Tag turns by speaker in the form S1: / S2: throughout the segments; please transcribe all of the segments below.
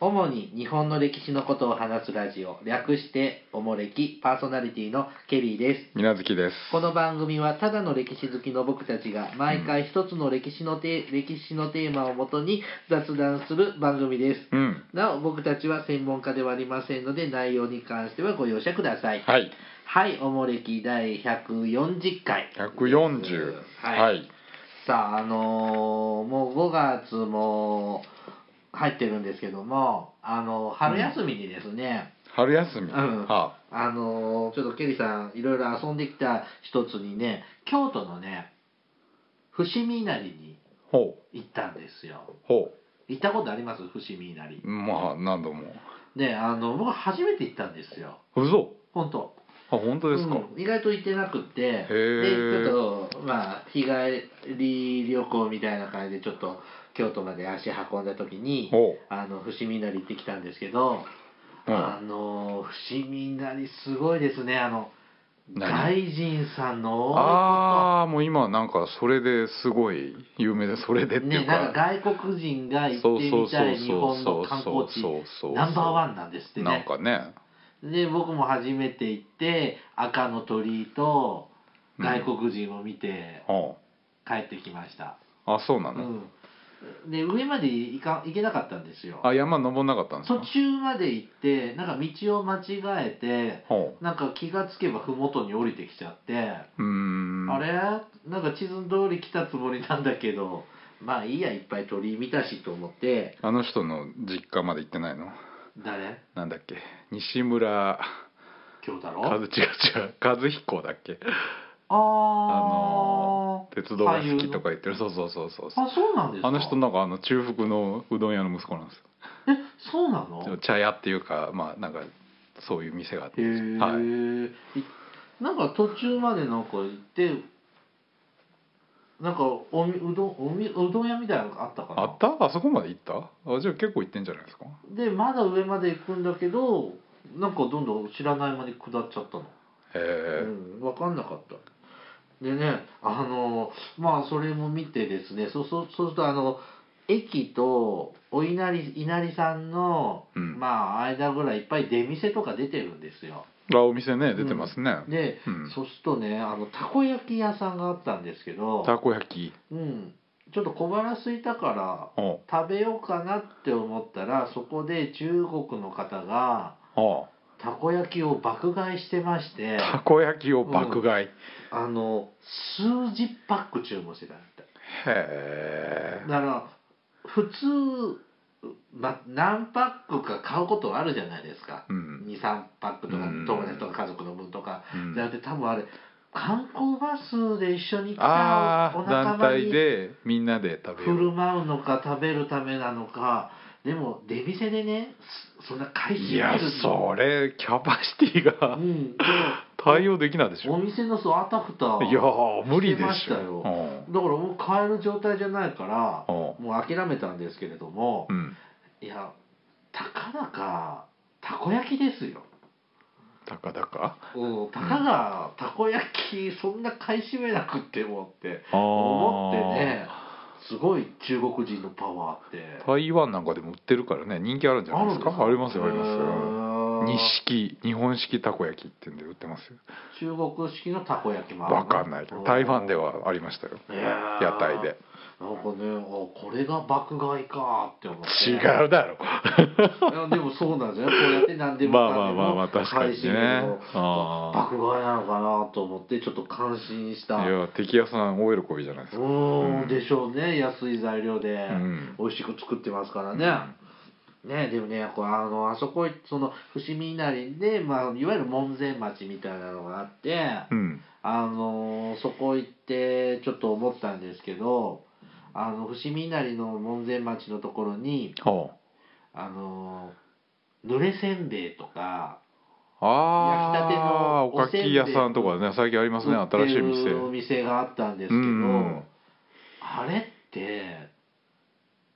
S1: 主に日本の歴史のことを話すラジオ、略して、おもれき、パーソナリティのケリーです。
S2: みなずきです。
S1: この番組はただの歴史好きの僕たちが毎回一つの歴史のテー歴史のテーマをもとに雑談する番組です。
S2: うん。
S1: なお、僕たちは専門家ではありませんので、内容に関してはご容赦ください。
S2: はい。
S1: はい、おもれき第140回。
S2: 140。
S1: はい。
S2: はい。
S1: さあ、あのーもう5月も入ってるんですけども、あの春休みにですね、
S2: 春休
S1: う
S2: み。
S1: ん
S2: は
S1: あのーちょっとケリさん、いろいろ遊んできた一つにね、京都のね、伏見稲荷に
S2: あ。ほ
S1: 行ったんですよ
S2: う。。ほ
S1: 行ったことあります伏見稲荷
S2: う。。まあ、何度も。
S1: で、あの、僕初めて行ったんですよ。
S2: 嘘
S1: 本当
S2: あ、本当ですか。
S1: うん意外と行ってなくってで
S2: ー
S1: ちょっとまあ日帰り旅行みたいな感じでちょっと京都まで足運んだ時に
S2: ほ
S1: あの伏見稲荷行ってきたんですけど、
S2: う。うん。
S1: あの伏見稲荷すごいですねあの
S2: 何
S1: 大臣さんの多いこ
S2: ああ、もう今なんかそれですごい有名で、それでっ
S1: と
S2: てい
S1: ね
S2: う
S1: なん
S2: か。
S1: か外国人が行
S2: そ
S1: っ
S2: う
S1: て
S2: そう
S1: み
S2: そ
S1: た
S2: う
S1: い日本
S2: そ
S1: の
S2: う
S1: 観光
S2: そうそうそう
S1: 地ナンバーワンなんですってね
S2: なんかね。
S1: で僕も初めて行って赤の鳥居と外国人を見て
S2: は
S1: 帰ってきました、
S2: あ。あ、そうな
S1: う
S2: の。
S1: んで上まで行か行けなかったんですよ
S2: あ、山登んなかったんです
S1: 途
S2: か。
S1: 中まで行ってなんか道を間違え
S2: ほ
S1: てなんか気がつけば麓に降りてきちゃって、
S2: う。うーん。
S1: あれなんか地図通り来たつもりなんだけどまあいいやいっぱい鳥居見たしと思って
S2: あの人の実家まで行ってないの。
S1: 誰
S2: なんだっけ。西村。
S1: 今日だ
S2: か
S1: ろ
S2: ず違う違う和彦だっけ
S1: あー
S2: あのー鉄道が好きとか言ってるそうそうそうそうそう
S1: あそうなんですか
S2: あの人なんかあの中腹のうどん屋の息子なんです
S1: えそうなの
S2: よ茶屋っていうかまあなんかそういう店があって
S1: へえ、
S2: はい、
S1: いなんか途中までなんか行ってなんかおみうどんおみうどん屋みたいなのがあったかな
S2: あったあそこまで行ったあじゃあ結構行ってんじゃないですか
S1: でまだ上まで行くんだけどなんかどんどん知らない間に下っちゃったの、
S2: へ
S1: う
S2: え、
S1: ん、分かんなかったでねあのまあそれも見てですねそうそうそうするとあの駅とお稲荷稲荷さんの、
S2: うん
S1: まあ間ぐらいいっぱい出店とか出てるんですよ
S2: あお店ね出てますね、
S1: で、
S2: うん
S1: そうするとねあのたこ焼き屋さんがあったんですけど、
S2: たこ焼き
S1: うん、ちょっと小腹空いたから
S2: お
S1: 食べようかなって思ったらそこで中国の方が
S2: お
S1: たこ焼きを爆買いしてまして
S2: たこ焼きを爆買い、
S1: あの数十パック注文してたんだって
S2: へ
S1: だ
S2: え
S1: から普通、ま、何パックか買うことあるじゃないですか、
S2: うん
S1: 23パックとか
S2: うん
S1: 友達とか家族の分とか、
S2: うん
S1: じゃなくて多分あれ観光バスで一緒に来た
S2: あ
S1: お
S2: あ
S1: 仲間
S2: 団体
S1: に
S2: でみんなで食べ
S1: 振
S2: よう
S1: る舞うのか食べるためなのかでも出店でねそそんな回数
S2: いやそれキャパシティ
S1: う
S2: が
S1: ん
S2: 対応できないでし
S1: でもお
S2: ょ
S1: 店のそうあたふた
S2: いやー無
S1: し
S2: 理でして
S1: ました
S2: ょ
S1: よ
S2: うん
S1: だからもう買える状態じゃないから
S2: お
S1: もう諦めたんですけれども
S2: うん
S1: いやたかだかたこ焼きですよ
S2: たかだか
S1: うんたかがたこ焼きそんな買い占めなくって思って
S2: あー
S1: 思ってねすごい中国人のパワーって
S2: 台湾なんかでも売ってるからね人気あるんじゃないですかありますよありますよ日式日本式たこ焼きってんで売ってますよ
S1: すよ中国式のたこ焼きもあるの
S2: わかんないけど台湾ではありましたよ
S1: へー
S2: 屋台で
S1: なんかねあこれが爆買いかって思って
S2: 違うだろ
S1: いやでもそうなんじゃないこうやって何でも
S2: まあまあまあまあ確かにね
S1: 配信の
S2: あー
S1: 爆買いなのかなと思ってちょっと感心した
S2: いうや敵屋さん大喜びじゃないですか
S1: ー
S2: うん
S1: んでしょうね安い材料で
S2: ん
S1: 美味しく作ってますからね、ねでもねこうあのあそこその伏見稲荷で、まあ、いわゆる門前町みたいなのがあって、
S2: うん
S1: あのーそこ行ってちょっと思ったんですけどあの伏見稲荷の門前町のところに
S2: ほう
S1: あのー濡れせんべいとか
S2: あ
S1: 焼きたて
S2: あ
S1: の
S2: おかき屋さんとかね最近ありますね
S1: 売って
S2: 新しい店
S1: るお店があったんですけ
S2: う
S1: ど、
S2: ん
S1: あれって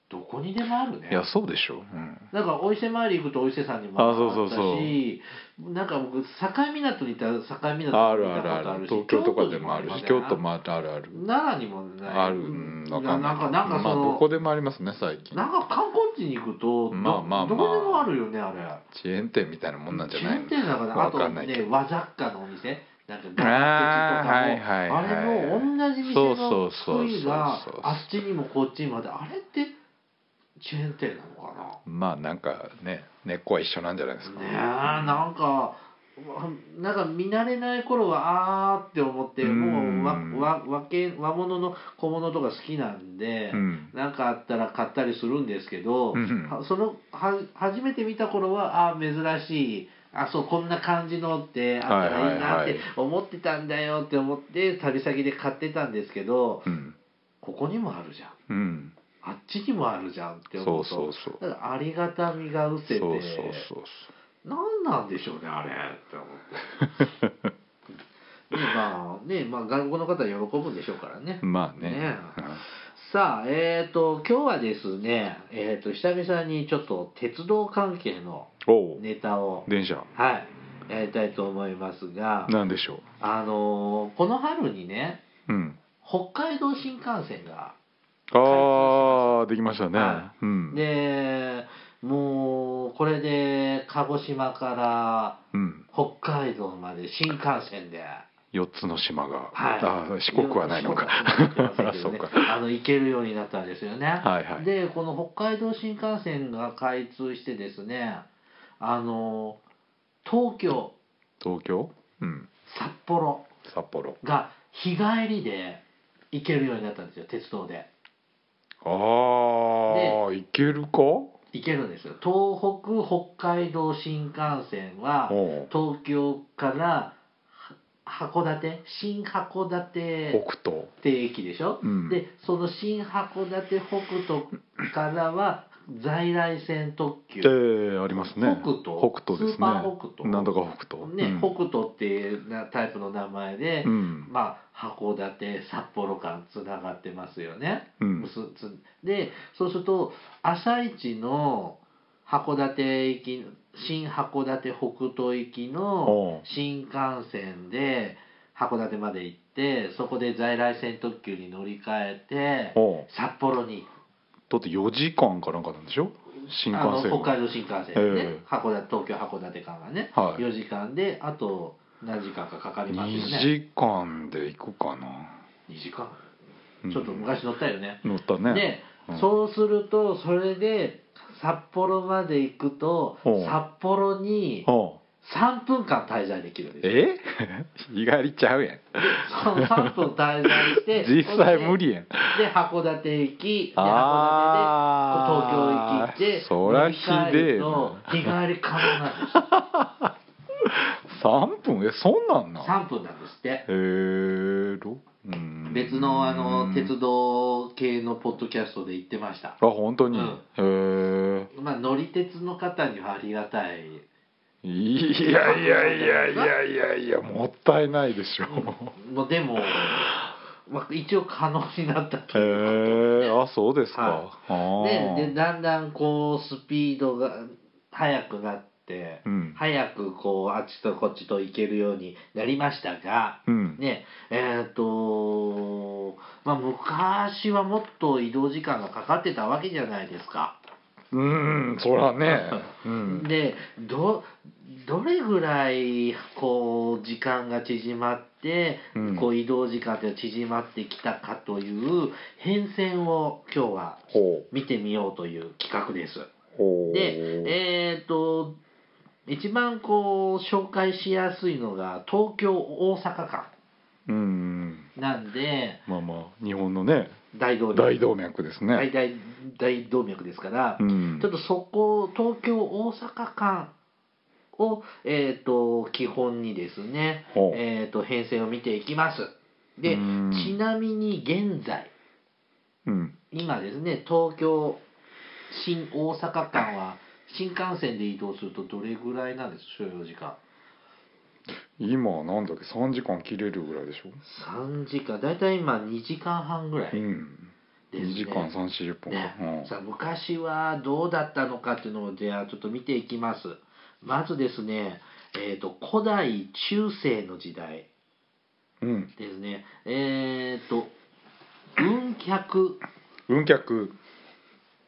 S1: どこにでもあるね
S2: いやそうでしょ、うん、
S1: なんかお伊勢参り行くとお伊勢さんにも
S2: あ
S1: あったし
S2: そうそう
S1: なんか僕境港にいたら境港にいたこと
S2: あるあるある
S1: し
S2: 東京とかでもあるし京都もあるあるある
S1: 奈良にもない
S2: あるうんわかんな
S1: な
S2: い
S1: んかなんかそ
S2: まあ
S1: の、
S2: どこでもありますね最近
S1: なんか観光市に行くとど,、
S2: まあまあまあ
S1: どこでもあるよねあれ
S2: 遅延店みたいなもんなんじゃないの
S1: チェーン店だから
S2: わ
S1: あと
S2: かんないけ
S1: ね
S2: ど
S1: 和雑貨のお店なんかガッツとかも
S2: あー
S1: あ,、
S2: はいはいはい
S1: れも同じ店
S2: そ
S1: の
S2: うそうそ
S1: 作
S2: うそう
S1: りが
S2: そうそう
S1: あっちにもこっちにもあってあれってチェーン店なのかな
S2: まあなんかね根っこは一緒なんじゃないですか
S1: ねえなんかなんか見慣れない頃はあーって思って
S2: うん
S1: もうわわわけ和物の小物とか好きなんで
S2: う、ん
S1: なんかあったら買ったりするんですけど、
S2: うん
S1: はそのは初めて見た頃はあー珍しいあそうこんな感じのってあったらいいなっ
S2: はいはいはい
S1: て思ってたんだよって思って旅先で買ってたんですけど
S2: うん
S1: ここにもあるじゃん
S2: うん
S1: あっちにもあるじゃんって
S2: そ
S1: 思
S2: う
S1: うと
S2: そうそう
S1: だからありがたみがうせ
S2: そう
S1: て
S2: そうそう
S1: 何なんでしょうねあれって思って ねまあねまあ外国の方は喜ぶんでしょうからね
S2: そうまあね
S1: ねさあえっ、と今日はですねえっ、と久々にちょっと鉄道関係の
S2: うんおう
S1: ネタを
S2: 電車
S1: はいやりたいと思いますが
S2: なんでしょ
S1: あのーこの春にね
S2: ううん
S1: 北海道新幹線が
S2: ああできましたね
S1: は
S2: うん
S1: でもうこれで鹿児島から
S2: うん
S1: 北海道まで新幹線で。
S2: 四つの島が
S1: はい
S2: あー四国はないのか
S1: 四国はないですけど
S2: そう
S1: ね
S2: か
S1: あの行けるようになったんですよね。
S2: はいはい
S1: でこの北海道新幹線が開通してですねあの東京
S2: 東京うん
S1: 札幌
S2: 札幌
S1: が日帰りで行けるようになったんですよ鉄道で
S2: ああ行けるかお
S1: 行けるんですよ東北北海道新幹線は
S2: う
S1: 東京からは函館新函館
S2: 北東
S1: って駅でしょ、
S2: うん
S1: でその新函館北斗からは在来線特急、
S2: ええありますね
S1: 北斗
S2: 北斗で
S1: スー
S2: すね
S1: パー北斗
S2: なんとか北東
S1: ね
S2: うん
S1: 北斗っていうなタイプの名前で、
S2: うん
S1: まあ、函館札幌間つながってますよね、
S2: うん
S1: 結つでそうすると朝一の函館行き新函館北東行き
S2: おう
S1: の新幹線で函館まで行ってそこで在来線特急に乗り換えて
S2: おう
S1: 札幌に
S2: だって4時間かなんかなんでしょ新
S1: あの
S2: 幹線
S1: 北海
S2: が
S1: 道新幹線でね、
S2: ええ
S1: 函館東京函館間がね、
S2: はい
S1: 4時間であと何時間かかかりますよ
S2: 2
S1: ね
S2: 時間で行くかな
S1: 2時間
S2: うん
S1: ちょっと昔乗ったよね、
S2: 乗ったね
S1: で、
S2: うん
S1: そうするとそれで札幌まで行くと
S2: おう
S1: 札幌に
S2: おう
S1: 3分間滞在できるんですよ
S2: え 日帰りちゃうやん
S1: その3分滞在して
S2: 実際無理やん
S1: で函館行きで
S2: あ
S1: 函
S2: ー
S1: 館で東京行きって
S2: そりゃひでえな
S1: 乗り換えると日帰り可能なんですよ
S2: 3分えそん なんなん
S1: 3分なんですって
S2: へえろうん
S1: 別のあの鉄道系のポッドキャストで言ってました
S2: あ、本当に、
S1: うん
S2: へ
S1: まあ、乗り鉄の方にはありがた い
S2: えいやいやいやいやいやいやもったいないでしょ
S1: もうでも、まあ、一応可能になったと
S2: へ
S1: いう
S2: えあそうですか、
S1: は
S2: あ
S1: こ
S2: ー
S1: とででだんだんこうスピードが速くなって、
S2: うん
S1: 早くこうあっちとこっちと行けるようになりましたが、
S2: うん
S1: ねえっ、とまあ昔はもっと移動時間がかかってたわけじゃないですか。
S2: うんそらね、うん、
S1: でどどれぐらいこう時間が縮まって、
S2: うん
S1: こう移動時間って縮まってきたかという変遷を今日は
S2: ほう
S1: 見てみようという企画です。
S2: ほう
S1: でえっ、と一番こう紹介しやすいのが東京大阪間
S2: うん
S1: なんで
S2: まあまあ日本のね
S1: 大動脈
S2: 大動脈ですね、
S1: 大大大動脈ですから、
S2: うん
S1: ちょっとそこ東京大阪間を、えー、と基本にですね
S2: ほ、う
S1: えー、と編成を見ていきますで
S2: うん
S1: ちなみに現在
S2: うん
S1: 今ですね東京新大阪間は新幹線で移動するとどれぐらいなんです所要時間
S2: 今なんだっけ3時間切れるぐらいでしょ、
S1: 3時間大体今2時間半ぐらいで
S2: うん
S1: すね、
S2: 2時間340分か、
S1: ね、さあ昔はどうだったのかっていうのをじゃあちょっと見ていきますまずですね、えー、と古代中世の時代
S2: うん、うん、
S1: ですねえっ、と運客
S2: 運客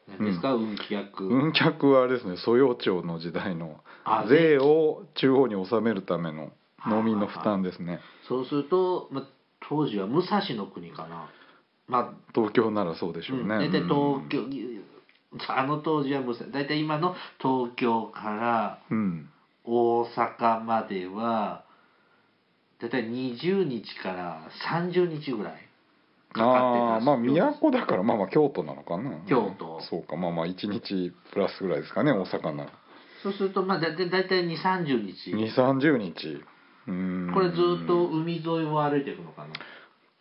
S1: 何ですか、運気役、
S2: 雲脚はあれですね蘇葉町の時代の
S1: あ
S2: 税を中央に納めるための農民の負担ですね
S1: そうすると、まあ、当時は武蔵の国かなまあ
S2: 東京ならそうでしょうね、
S1: うん、大体東
S2: う
S1: 京、あの当時は武蔵大体今の東京から
S2: ん、
S1: 大阪までは大体20日から30日ぐらいかか
S2: あ
S1: ってた
S2: あまあ
S1: そうです
S2: 都だからまあまあ京都なのかな
S1: 京都
S2: そうかまあまあ1日プラスぐらいですかね大阪なら
S1: そうするとまあ大体大体2 3 0日、
S2: 2 3 0日うーん
S1: これずっと海沿いを歩いていくのかな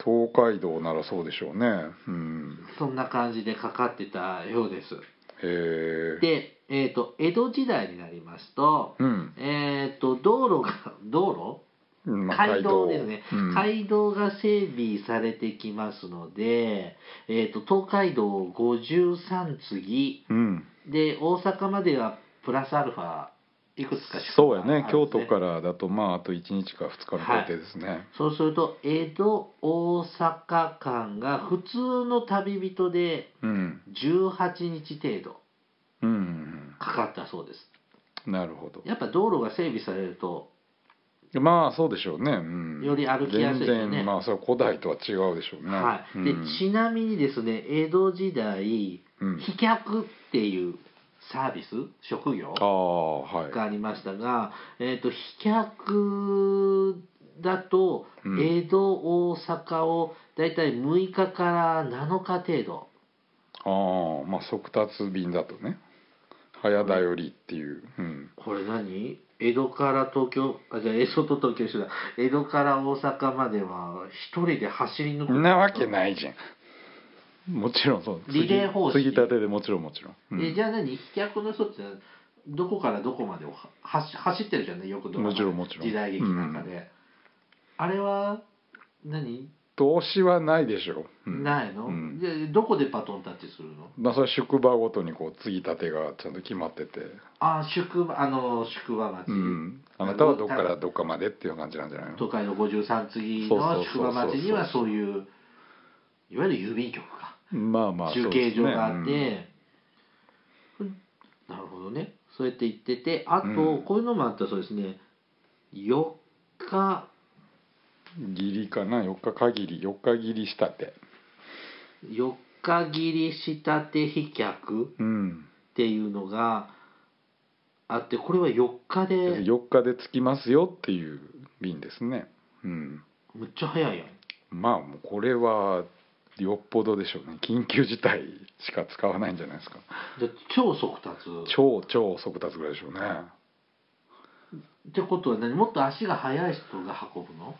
S2: 東海道ならそうでしょうねうん
S1: そんな感じでかかってたようです
S2: へえ
S1: で、えー、と江戸時代になりますと,、
S2: うん
S1: えー、と道路が道
S2: うん
S1: 路
S2: まあ
S1: 街道ですね、
S2: うん
S1: 街道が整備されてきますので、えー、と東海道53次
S2: うん
S1: で大阪まではプラスアルファいくつかしか
S2: そうやね
S1: ある
S2: 京
S1: んです
S2: 都からだとまああと1日か2日の行程ですね、
S1: そうすると江戸大阪間が普通の旅人で
S2: うん
S1: 18日程度
S2: うんうん
S1: かかったそうです
S2: うんなるほど
S1: やっぱ道路が整備されると
S2: まあそうでしょうね、うん、
S1: より歩きやすいよね
S2: 全然まあそれは古代とは違うでしょうね
S1: はい、
S2: うん
S1: でちなみにですね江戸時代
S2: うん
S1: 飛脚っていうサービス職業
S2: ああはい
S1: がありましたが、えー、と飛脚だと
S2: うん
S1: 江戸大阪をだいたい6日から7日程度
S2: ああまあ速達便だとね早だよりっていう、うん、
S1: これ何江戸から東京あじゃあ江戸と東京一緒だ江戸から大阪までは一人で走り抜
S2: そ
S1: く
S2: んなわけないじゃんもちろんそう
S1: リレー方式
S2: 継ぎ継ぎ立てでもちろんもちろん、うん
S1: えじゃあ何飛脚の人ってどこからどこまでをは走走ってるじゃんねよくドラマ
S2: もちろんもちろん
S1: 時代劇の中で、あれは何、
S2: 動詞はないでしょう、うん
S1: ないの、
S2: うん
S1: じゃあどこでバトンタッチするの
S2: まあそれは宿場ごとにこう継ぎ立てがちゃんと決まってて、
S1: ああ宿場あの宿場町、
S2: うん、あなたはどっからどっかまでっていう感じなんじゃないの
S1: 東海の53次
S2: そうそうそ
S1: の
S2: うそう
S1: 宿場町にはそういういわゆる郵便局か
S2: まあまあ
S1: 中継所があって、
S2: そうですね
S1: なるほどねそうやって言っててあと、
S2: うん
S1: こういうのもあったそうですね4日
S2: うんギリかな4日限り4日切り仕立て
S1: 4日切りしたて飛脚っ
S2: うん
S1: ていうのがあってこれは4日で
S2: 4日で着きますよっていう便ですねうん
S1: むっちゃ早いやん
S2: まあもうこれはよっぽどでしょうね緊急事態しか使わないんじゃないですか
S1: で超速達っ
S2: 超超速達ぐらいでしょうねあ
S1: てことは何もっと足が速い人が運ぶの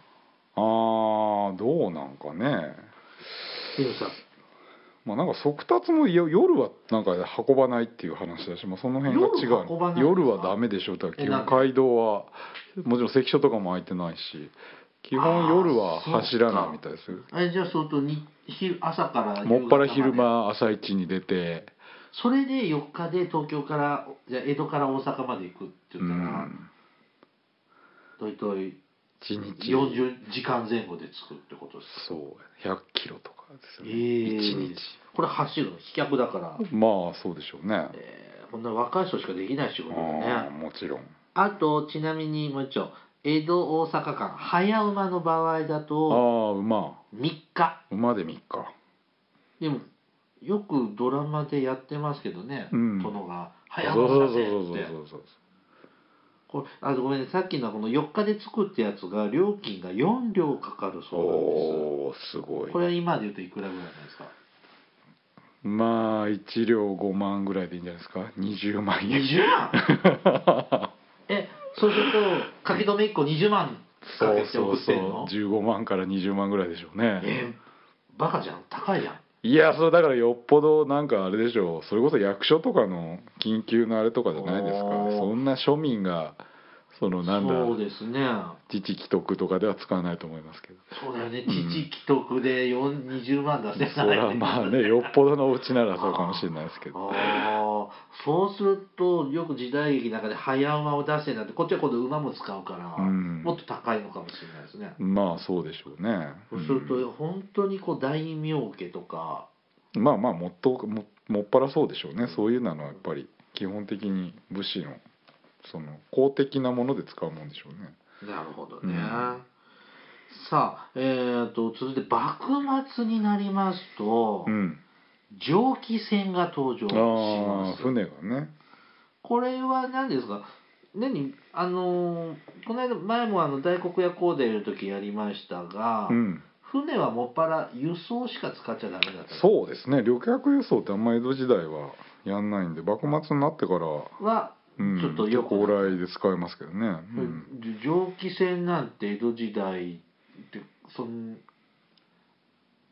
S2: ーどうなんかね
S1: でもさ
S2: まあなんか速達もよ夜はなんか運ばないっていう話だし、まあ、その辺が違う
S1: 夜運ばないんですか
S2: 夜はダメでしょだから
S1: え
S2: 基
S1: なん
S2: 本
S1: で
S2: 街道はもちろん関所とかも空いてないし基本夜は走らないみたいですよ
S1: あれじゃあ相当に昼朝から夕方まで
S2: もっぱら昼間朝一に出て
S1: それで4日で東京からじゃあ江戸から大阪まで行くって言
S2: う
S1: ったら、
S2: ん
S1: 大体
S2: 1日
S1: 40時間前後で着くってことです
S2: そう100キロとかですよね、
S1: えー
S2: 1日
S1: これ走るの飛脚だから、
S2: まあそうでしょうね、
S1: えーこんな若い人しかできない仕事だ
S2: あ
S1: ね
S2: ーもちろん
S1: あとちなみにもう一丁江戸大阪間早馬の場合だ
S2: あ
S1: と
S2: あ馬
S1: 3日
S2: 馬で3日
S1: でもよくドラマでやってますけどね、
S2: うん
S1: 殿が
S2: そ
S1: 早
S2: う
S1: 馬
S2: そう
S1: さ
S2: そう
S1: せ
S2: そ
S1: っ
S2: う
S1: て
S2: そうそう
S1: これあごめんねさっきのこの4日で作ったやつが料金が4両かかるそうなんで
S2: おおすご
S1: す
S2: い
S1: これは今で言うといくらぐらいなんですか
S2: まあ1両5万ぐらいでいいんじゃないですか20万円
S1: 20万 えそうすると書き留め1個20万か
S2: そう
S1: けて
S2: そ
S1: 送
S2: う
S1: っ
S2: そう
S1: てんの
S2: 15万から20万ぐらいでしょうね
S1: えーバカじゃん高いじゃん
S2: いやそれだからよっぽどなんかあれでしょうそれこそ役所とかの緊急のあれとかじゃないですか
S1: おー
S2: そんな庶民がそのなんだ
S1: そうですね
S2: 父既得とかでは使わないと思いますけど
S1: そうだよね父既得で4 20万出せ
S2: そ
S1: ない
S2: れはまあねよっぽどのうちならそうかもしれないですけど
S1: あーそうするとよく時代劇の中で早馬を出せなんてこっちは今度馬も使うから、
S2: うん
S1: もっと高いのかもしれないですね、
S2: まあそうでしょうね
S1: そうすると本当にこう大名家とか
S2: うんまあまあもっとももっぱらそうでしょうねそういうのはやっぱり基本的に武士のその公的なもので使うもんでしょうね
S1: なるほどね、
S2: うん
S1: さあえー、と続いて幕末になりますと、
S2: うん
S1: 蒸気船が登場し
S2: あ
S1: ま
S2: あ
S1: す
S2: 船がね
S1: これは何ですか何あのーこの間前もあの大黒屋コーデの時やりましたが、
S2: うん
S1: 船はもっぱら輸送しか使っちゃダメだった
S2: そうですね旅客輸送ってあんま江戸時代はやんないんで幕末になってから、
S1: は
S2: うん、
S1: ちょっと
S2: 結
S1: よく
S2: 構往来で使えますけどね、うん、
S1: で蒸気船なんて江戸時代ってその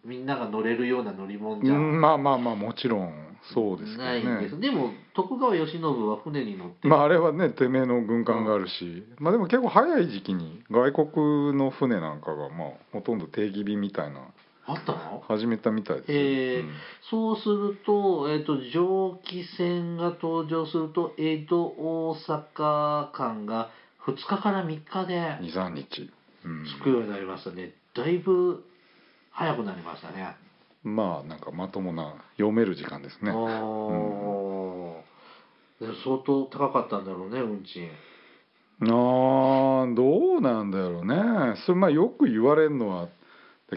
S1: みんなが乗れるような乗り物じゃ
S2: うんまあまあまあもちろんそうですけど
S1: ないんですで
S2: ね
S1: も徳川慶喜は船に乗って、
S2: まああれはねてめえの軍艦があるし、まあでも結構早い時期に外国の船なんかがまあほとんど定義日みたいな
S1: あったの
S2: 始めたみたいですよ、
S1: へえ
S2: うん
S1: そうすると,、えっと蒸気船が登場すると江戸大阪間が2日から3日で
S2: 23日、うん
S1: 着くようになりましたねだいぶ早くなりましたね
S2: まあなんかまともな読める時間ですね
S1: おーでも相当高かったんだろうね運賃
S2: あーどうなんだろうねそれまあよく言われるのは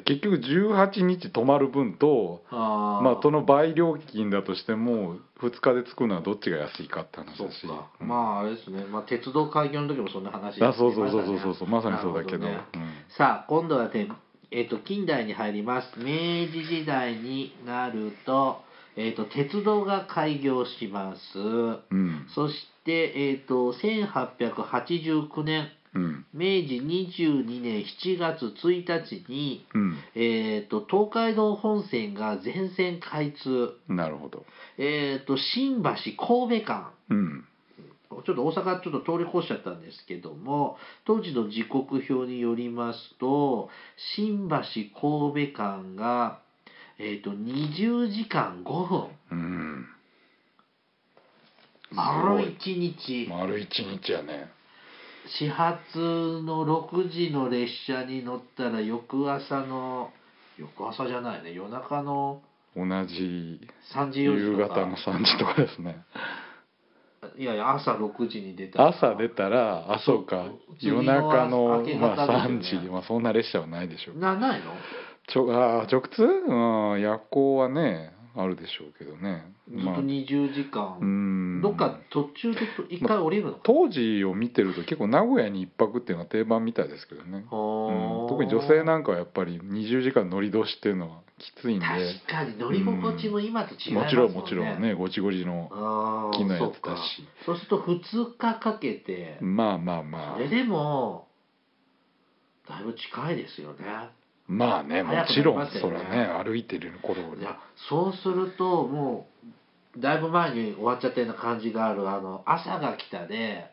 S2: 結局18日泊まる分と
S1: あー
S2: まあその倍料金だとしても2日で着くのはどっちが安いかって話
S1: そっ
S2: だし
S1: か、
S2: うん
S1: まああれですね、まあ、鉄道開業の時もそんな話
S2: あそうそうそうそうそう
S1: して
S2: そう
S1: ま
S2: ま
S1: した
S2: さ
S1: ね
S2: にそうだけど
S1: なるほねさあ今度はね、えっと近代に入ります明治時代になると,、えっと鉄道が開業します
S2: うん
S1: そして、えっと1889年
S2: うん
S1: 明治22年7月1日に、
S2: うん
S1: えっと東海道本線が全線開通、
S2: うんなるほど
S1: えっと新橋神戸間
S2: うん
S1: ちょっと大阪ちょっと通り越しちゃったんですけども当時の時刻表によりますと新橋神戸間が、えー、と20時間5分
S2: うん
S1: 丸1日
S2: 丸一日やね
S1: 始発の6時の列車に乗ったら翌朝の翌朝じゃないね夜中の
S2: 同じ
S1: 3時4
S2: 夕
S1: 時とか
S2: 方の3時とかですね
S1: いやいや朝6時に出たら
S2: 朝出たらあそうか
S1: 次
S2: 夜
S1: の
S2: 中の
S1: 明け
S2: ま
S1: 方
S2: あ
S1: で
S2: 3
S1: すよね
S2: 時まあそんな列車はないでしょう
S1: なないの
S2: ちょあー直通うん夜行はねあるでしょうけどね
S1: ずっと
S2: まあ
S1: 20時間、
S2: うん
S1: どっか途中で一回降りるのか
S2: 当時を見てると結構名古屋に一泊っていうのは定番みたいですけどね、うん、特に女性なんかはやっぱり20時間乗り通しっていうのはきついんで
S1: 確かに乗り心地も今と違い
S2: も
S1: ます
S2: ち
S1: もん
S2: ろ
S1: ね
S2: んもちろんねごちごちの
S1: ああ
S2: 木のや
S1: そ
S2: つ
S1: うか
S2: だし
S1: そうすると2日かけて
S2: まあまあまあ
S1: それでもだいぶ近いですよね
S2: まあねも
S1: 早くな
S2: ち
S1: り
S2: ろん
S1: ますよ
S2: そ
S1: ね
S2: らね歩いてる頃
S1: い
S2: に
S1: やそうするともうだいぶ前に終わっちゃったような感じがあるあの「朝が来た」で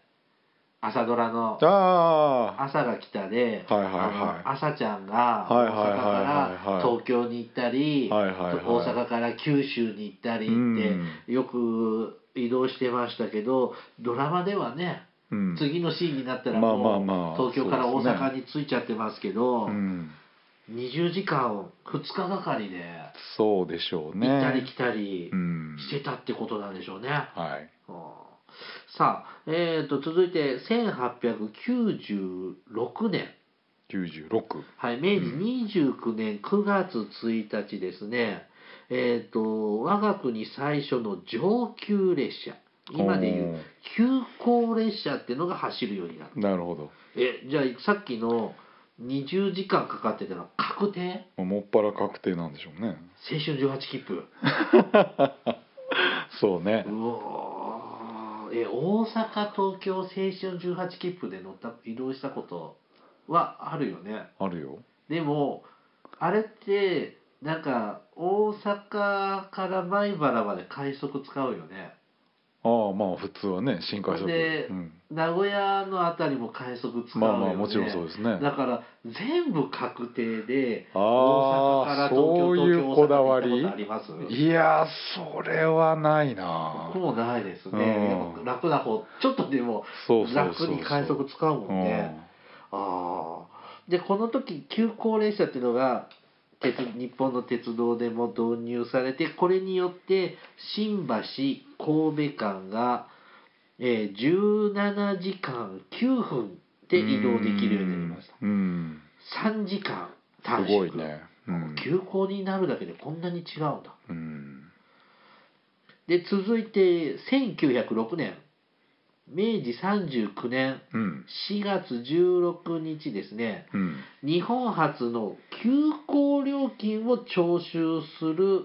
S1: 朝ドラの「
S2: ああ
S1: 朝が来たで」
S2: はいはいはい
S1: あの朝ちゃんが
S2: はい
S1: 大
S2: はい
S1: 阪
S2: はいはい
S1: から
S2: はい
S1: 東京に行ったり
S2: はいはいはい
S1: 大阪から九州に行ったりってよく移動してましたけどドラマではね
S2: うん
S1: 次のシーンになったら
S2: まあまあまあ
S1: もう東京から大阪に着いちゃってますけど
S2: うん
S1: 20時間を2日がかりで
S2: そうでしょうね
S1: 行ったり来たり
S2: うん
S1: してたってことなんでしょうね。
S2: はい
S1: うんさあ、えー、と続いて1896年。
S2: 96
S1: はい、明治29年9月1日ですね、えっ、と、我が国最初の上級列車、今でいう急行列車っていうのが走るようになった。
S2: なるほど
S1: え、じゃあさっきの20時間かかってたのは確定
S2: まあもっぱら確定なんでしょ うね
S1: 青春18切符。
S2: そうね
S1: うおーえ、大阪、東京、青春18切符で乗った、移動したことはあるよね。
S2: あるよ
S1: でもあれってなんか大阪から米原まで快速使うよね
S2: ああまあ普通はね新快速
S1: で
S2: うん、
S1: 名古屋のあたりも快速使うよ
S2: ま
S1: ね
S2: あまあもちろんそうですね
S1: だから全部確定で大阪か
S2: ああ
S1: ら東京
S2: そういうこだわ
S1: 東京
S2: り
S1: 大阪って行ったことあります
S2: いやーそれはないな
S1: 僕もないですね、
S2: うん
S1: やっぱ楽な方ちょっとでも
S2: そうそうそうそ
S1: 楽
S2: う
S1: に快速使うもんね
S2: うん
S1: ああでこの時急行列車っていうのが鉄日本の鉄道でも導入されてこれによって新橋神戸間が、えー17時間9分で移動できるようになりました
S2: うん
S1: 3時間
S2: す
S1: 短縮
S2: ごいねうん、
S1: 急行になるだけでこんなに違うんだ
S2: うん、
S1: で続いて1906年明治39年
S2: うん
S1: 4月16日ですね
S2: うん
S1: 日本初の急行料金を徴収する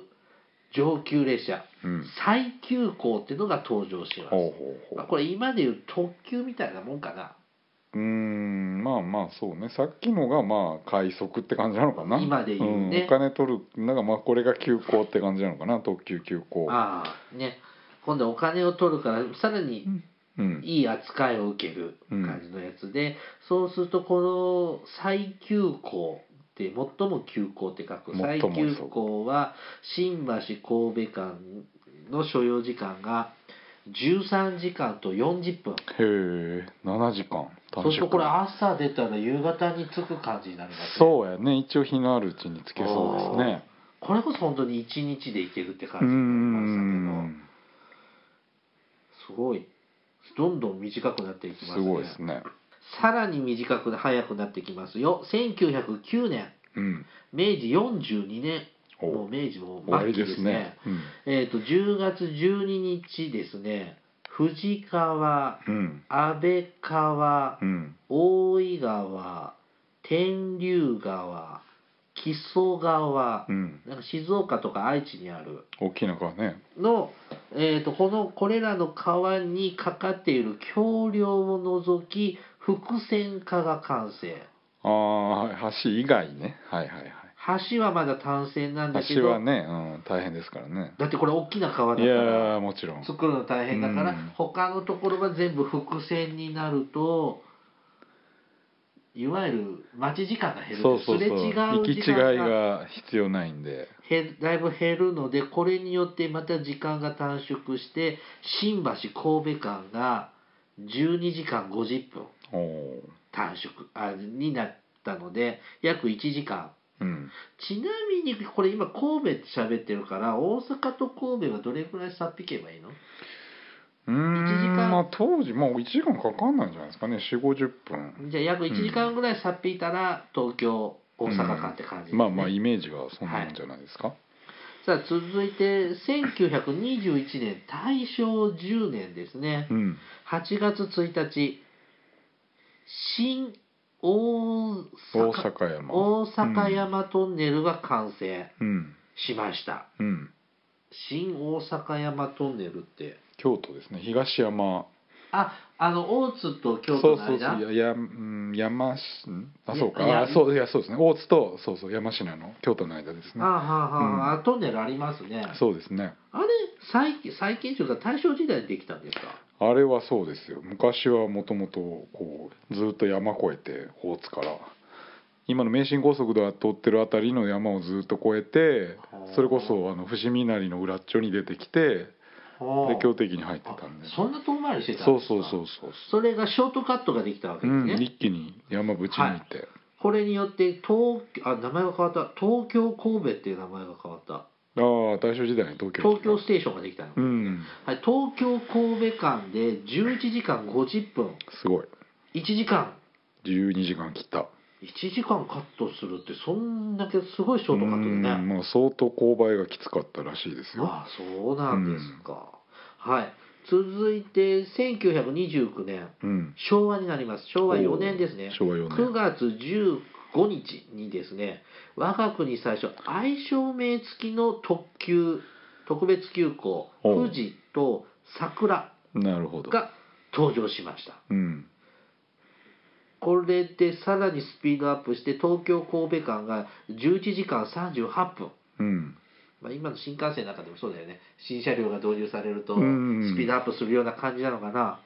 S1: 上級列車
S2: うん
S1: 最急行っていうのが登場します、
S2: ほうほう
S1: ま
S2: ほ
S1: あ
S2: う
S1: これ今でいう特急みたいなもんかな
S2: うーんまあまあそうねさっきのがまあ快速って感じなのかな
S1: 今で言うね
S2: んお金取るなんかまあこれが急行って感じなのかな特急急行
S1: ああね今度お金を取るからさらに
S2: うん
S1: いい扱いを受ける感じのやつで、そうするとこの最急行って最も急行って書く最
S2: 最も急
S1: 急
S2: 行
S1: 行は新橋神戸間の所要時間が13時間と40分
S2: へえ7時間短
S1: そうするとこれ
S2: 縮
S1: 朝出たら夕方に着く感じになりますね
S2: そうやね一応日のあるうちにつけそうですね
S1: これこそ本当に1日で行けるって感
S2: う
S1: じ
S2: ー
S1: になりまし
S2: ん
S1: たけどすごいどんどん短くなっていきます
S2: す
S1: ね
S2: ごいですね
S1: さらに短くな早くなってきますよ1909年
S2: うん
S1: 明治42年
S2: お
S1: もう明治も
S2: 多
S1: 末
S2: い
S1: 期
S2: で
S1: です
S2: す
S1: ね
S2: ねうん
S1: えっ、と10月12日ですね藤川
S2: うん
S1: 安倍川
S2: うん
S1: 大井川天竜川木曽川
S2: うん
S1: なんか静岡とか愛知にある
S2: 大きな川ね
S1: の、えー、とこのこれらの川にかかっている橋梁を除き伏線化が完成
S2: ああ橋以外ねはいはいはい
S1: 橋はまだ単線なんだけ
S2: 橋
S1: ど、
S2: はね、うん、大変ですからね
S1: だってこれ大きな川だ
S2: い
S1: か
S2: や
S1: ら
S2: ーもちろん
S1: 作るの大変だから、
S2: うん
S1: 他のところが全部伏線になるといわゆる待ち時間が減る
S2: そうそうそう
S1: すれ違う
S2: 行き違い
S1: 時間が
S2: が必要ないんで
S1: 減だいぶ減るのでこれによってまた時間が短縮して新橋神戸間が12時間50分
S2: おお
S1: 短縮あになったので約1時間
S2: うん
S1: ちなみにこれ今神戸って喋ってるから大阪と神戸はどれくらい差っ引けばいいの
S2: うー
S1: 一時
S2: ん
S1: 間
S2: まあ当時まあ1時間かかんないんじゃないですかね4 5 0分
S1: じゃあ約1時間ぐらい差っ引いたら東京大阪間って感じですね、
S2: まあまあイメージはそんなんじゃないですか、
S1: さあ続いて1921年大正10年ですね
S2: うん
S1: 8月1日新大
S2: 大
S1: 阪
S2: 阪山
S1: 大阪山トンネルが完成
S2: うん
S1: しました、
S2: うん
S1: 新大阪山トンネルって
S2: 京都ですね東山
S1: ああの大津と京都
S2: そう
S1: の
S2: そうそう
S1: 間
S2: いややうん山市んあ
S1: いや
S2: そうか
S1: いや
S2: あそういやそうですね大津とそうそう山科の京都の間です
S1: あ
S2: ね
S1: はあはあ、あトンネルありますね
S2: そうですね
S1: あれ最近最近というか大正時代にできたんですか
S2: あれはそうですよ昔はもともとこうずっと山越えて大津から今の名神高速で通ってる辺りの山をずっと越え
S1: はあ
S2: てそれこそあの伏見稲荷の裏っちょに出てきてで京都駅に入って
S1: あ
S2: たんで
S1: そんな遠回りしてたん
S2: そう
S1: ですか
S2: そうそう
S1: それがショートカットができたわけ
S2: そう、
S1: ですね、
S2: うん、一気に山ぶち抜いて、
S1: これによって東あ名前が変わった東京神戸っていう名前が変わった
S2: ああ大正時代に東京
S1: 東京ステーションができたの、
S2: うん
S1: はい、東京神戸間で11時間50分
S2: すごい
S1: 1時間
S2: 12時間切った
S1: 1時間カットするってそんだけすごいショートカットでね
S2: うんまあ相当勾配がきつかったらしいですよ
S1: ああそうなんですか、はい続いて1929年
S2: うん
S1: 昭和になります昭和4年ですね
S2: おー昭和四年
S1: 9月15日にですね我が国最初愛称名付きの特急特別急行
S2: おう
S1: 富士と桜
S2: なるほど
S1: が登場しました
S2: うん
S1: これでさらにスピードアップして東京神戸間が11時間38分
S2: うん
S1: まあ、今の新幹線の中でもそうだよね新車両が導入されるとス
S2: うんうんうん
S1: ピードアップするような感じなのかな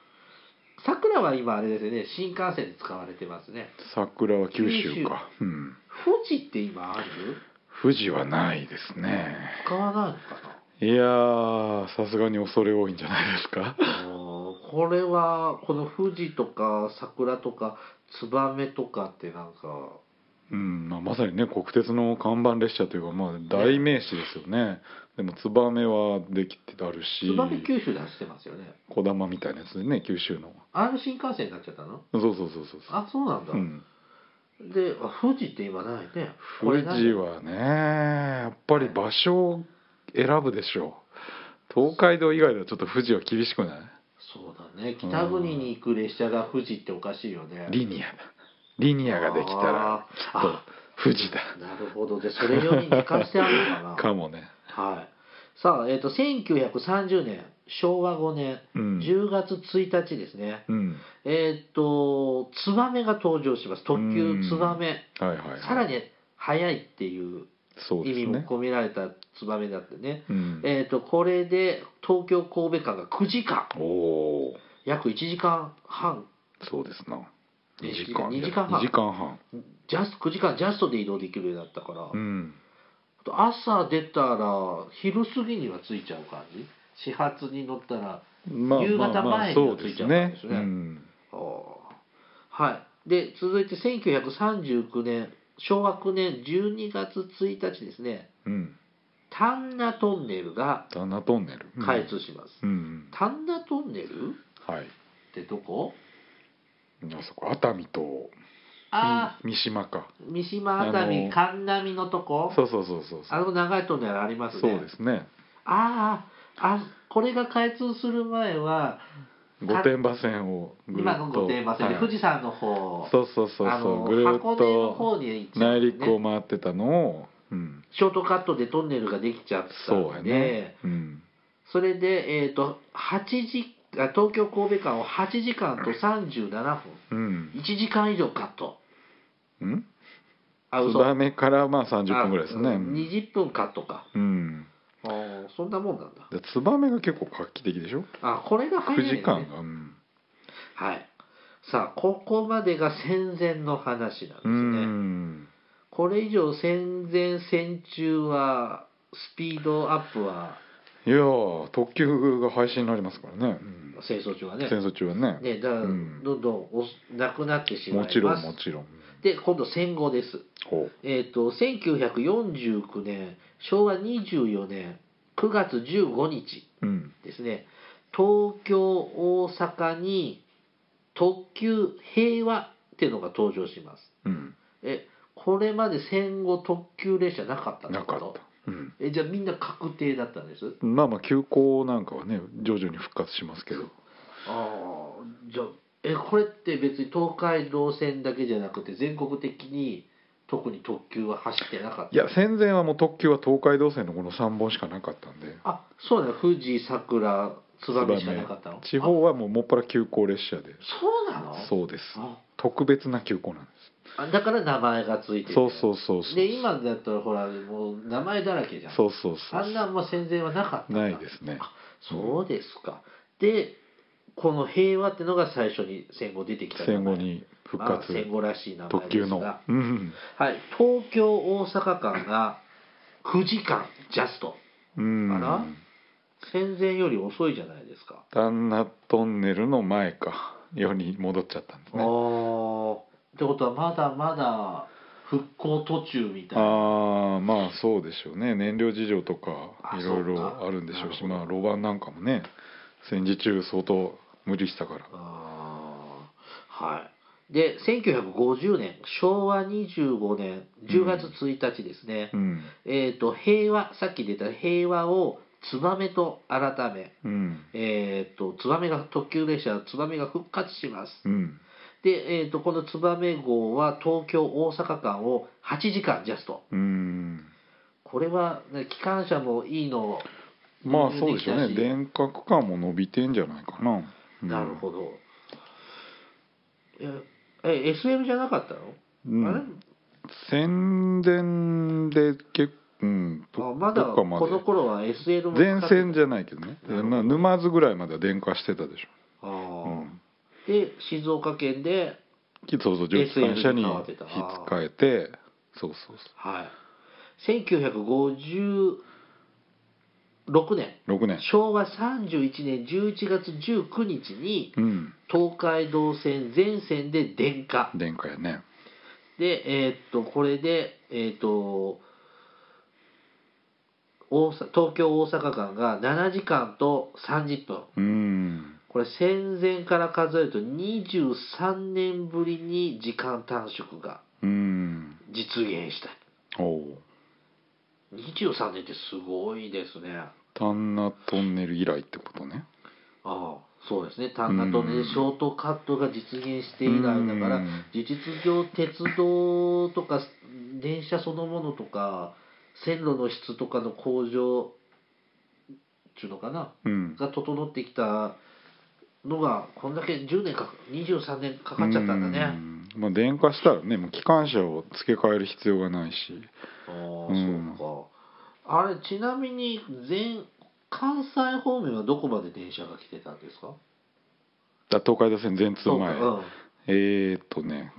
S1: さくらは今あれですよね新幹線で使われてますね
S2: 桜は九州かうん、
S1: 富士って今ある
S2: 富士はないですね
S1: 使わないのかない
S2: やーさすがに恐れ多いんじゃないですか
S1: あのーこれはこの富士とか桜とかツバメとかってなんか
S2: うんまあ、まさにね国鉄の看板列車というか、まあ、代名詞ですよねでも燕はできてあるし
S1: 燕九州で走ってますよね
S2: こだまみたいなやつでね九州の
S1: あれ新幹線になっちゃったの
S2: そうそうそうそうそう
S1: あそうなんだ、
S2: うん、
S1: であ富士って今ないねこ
S2: 富
S1: れ
S2: 士
S1: なんだ
S2: はねやっぱり場所を選ぶでしょう東海道以外ではちょっと富士は厳しくない
S1: そうだね北国に行く列車が富士っておかしいよね
S2: リニアリニアができたら
S1: あー
S2: そう富士だ
S1: なるほどでそれよりに行かせてあるの か
S2: かもね
S1: なはいさあ、えっと1930年昭和5年
S2: うん
S1: 10月1日ですね、
S2: うん
S1: えっ、とツバメが登場します特
S2: う
S1: 急
S2: ん
S1: ツバメ
S2: はいはい、はい、
S1: さらに速いっていう
S2: そう
S1: 意
S2: で
S1: 味
S2: す
S1: も
S2: ね
S1: 込められたツバメだってね
S2: うん
S1: えっ、とこれで東京神戸間が9時間
S2: おおー
S1: 約1時間半
S2: そうですな
S1: え
S2: 2時間
S1: 二時間半
S2: 二時間半
S1: ジャス9時間ジャストで移動できるようになったから、
S2: うん
S1: 朝出たら昼過ぎには着いちゃう感じ始発に乗ったら
S2: まあ
S1: 夕
S2: まあ
S1: 方
S2: まあ
S1: 前に
S2: そう
S1: は着
S2: で
S1: いちゃ
S2: す
S1: うから
S2: ね
S1: です
S2: う
S1: ね
S2: ん
S1: あーはいで続いて1939年昭和9年12月1日ですね
S2: うん
S1: 丹那トンネルが
S2: 旦那トンネルうん
S1: 開通します、
S2: うん
S1: 丹那トンネルっ
S2: はい
S1: てどこ
S2: あそこ熱海と
S1: ああ
S2: み三島か
S1: 三島熱
S2: あ
S1: 海
S2: の
S1: 神南のとこ
S2: そうそうそうそう
S1: あ
S2: そう
S1: の長いトンネルありますね
S2: そうですね
S1: あーあこれが開通する前は
S2: 御殿場線をぐるっと
S1: 今の御殿場線で
S2: はい
S1: 富士山の方
S2: そうそうそう
S1: あ
S2: そ
S1: の
S2: うぐるっ
S1: 箱根の方
S2: と
S1: に行っちゃう
S2: 内
S1: んですね
S2: 陸を回ってたのをうん
S1: ショートカットでトンネルができちゃった
S2: そうんや
S1: で
S2: ねうん
S1: それで、えー、と8時あ東京神戸間を8時間と37分
S2: うん
S1: 1時間以上カット
S2: うん
S1: あ
S2: ツバメからまあ30分ぐらいですね
S1: あう
S2: うんん
S1: 20分カットか
S2: うん
S1: あーそんなもんなんだ
S2: でツバメが結構画期的でしょ
S1: あこれが早い
S2: 9
S1: ね
S2: 時間がうん
S1: はいさあここまでが戦前の話なんです
S2: う
S1: ね、
S2: ん
S1: これ以上戦前戦中はスピードアップはい
S2: やー特急が廃止になりますからね、
S1: 戦争中はね
S2: 戦争中はね
S1: ねだからど
S2: うん
S1: んどんおすなくなってしまい
S2: も
S1: ます
S2: ちろんもちろん
S1: で今度戦後です
S2: ほ
S1: えっ、と1949年昭和24年9月15日
S2: ううん
S1: ですね東京大阪に特急平和っていうのが登場します
S2: うん
S1: えこれまで戦後特急列車なかったんで
S2: な
S1: す
S2: かった、うん、
S1: えじゃあみんな確定だったんです
S2: まあまあ急行なんかはね徐々に復活しますけど
S1: ああじゃあえこれって別に東海道線だけじゃなくて全国的に特に特急は走ってなかった
S2: いや戦前はもう特急は東海道線のこの3本しかなかったんで
S1: あそうだ富士桜燕しかなかったの
S2: 地
S1: あ
S2: 方はもうもっぱら急行列車で
S1: そうなの
S2: そうです
S1: あ
S2: 特別な急行なんで
S1: あだから名前がついて
S2: す
S1: る
S2: そうそうそうそう
S1: で今だったらほらもう名前だらけじゃん
S2: そうそうそ
S1: あん
S2: う
S1: なもう戦前はなかったんだ
S2: ないですね
S1: あそうですかでこの平和ってのが最初に戦後出てきた名前
S2: 戦後に復
S1: まあ
S2: 活、
S1: 戦後らしい名前ですが
S2: 特急のうん
S1: はい、東京大阪間が9時間ジャスト
S2: うん
S1: あら戦前より遅いじゃないですか、
S2: 旦那トンネルの前か世に戻っちゃったんです
S1: あ
S2: ね
S1: ーってことはまだまだ復興途中みたいな
S2: ああまあそうでしょうね燃料事情とか
S1: あ
S2: いろい
S1: そうか
S2: ろあるんでしょうし
S1: な
S2: まあ路盤なんかもね戦時中相当無理したから
S1: あーはいで1950年昭和25年10月1日ですね、
S2: うん
S1: えっ、と平和さっき出た平和をツバメと改め
S2: うん
S1: えっ、とツバメが特急列車ツバメが復活します
S2: うん
S1: で、えー、とこの燕号は東京大阪間を8時間ジャスト
S2: うん
S1: これは、ね、機関車もいいの
S2: まあそうでしょう
S1: でき
S2: ね
S1: たし
S2: 電化区間も伸びてんじゃないかな、うん
S1: なるほど、ええ SL じゃなかったの、
S2: うん
S1: あれ
S2: 戦前で結構、うん、
S1: あ
S2: ど
S1: まだ
S2: どっかま
S1: この
S2: で
S1: 頃は SL も
S2: 前線じ
S1: ゃ
S2: ゃないけどね
S1: なるほど
S2: な沼津ぐらいまでは電化してたでしょ
S1: あ
S2: う
S1: ー、で
S2: ん
S1: 静岡県で
S2: そうそう蒸気機関車
S1: SL
S2: に
S1: に変
S2: 引
S1: わ
S2: っ
S1: ってた
S2: 換えてそうそうそ
S1: はい1956年
S2: う6年
S1: 昭和31年11月19日に
S2: うん
S1: 東海道線全線で電化
S2: 電化やね
S1: で、えーっと、これで、えーっと、大阪東京大阪間が7時間と30分。
S2: うん
S1: これ戦前から数えると23年ぶりに時間短縮が
S2: うん
S1: 実現した。
S2: おお
S1: 23年ってすごいですね。
S2: 丹那トンネル以来ってことね
S1: ああそうですね単なとねショートカットが実現して以来だから
S2: うん
S1: 事実上鉄道とか電車そのものとか線路の質とかの向上っていうのかな
S2: うん
S1: が整ってきたのがこんだけ10年か23年かかっちゃったんだ
S2: う
S1: ね
S2: んまあ電化したらねもう機関車を付け替える必要がないし
S1: ああ
S2: うん
S1: そうかあれちなみに全関西方面はどこまで電車が来てたんですか
S2: だ東海道線全通
S1: そう
S2: 前
S1: かうん
S2: えー、っとね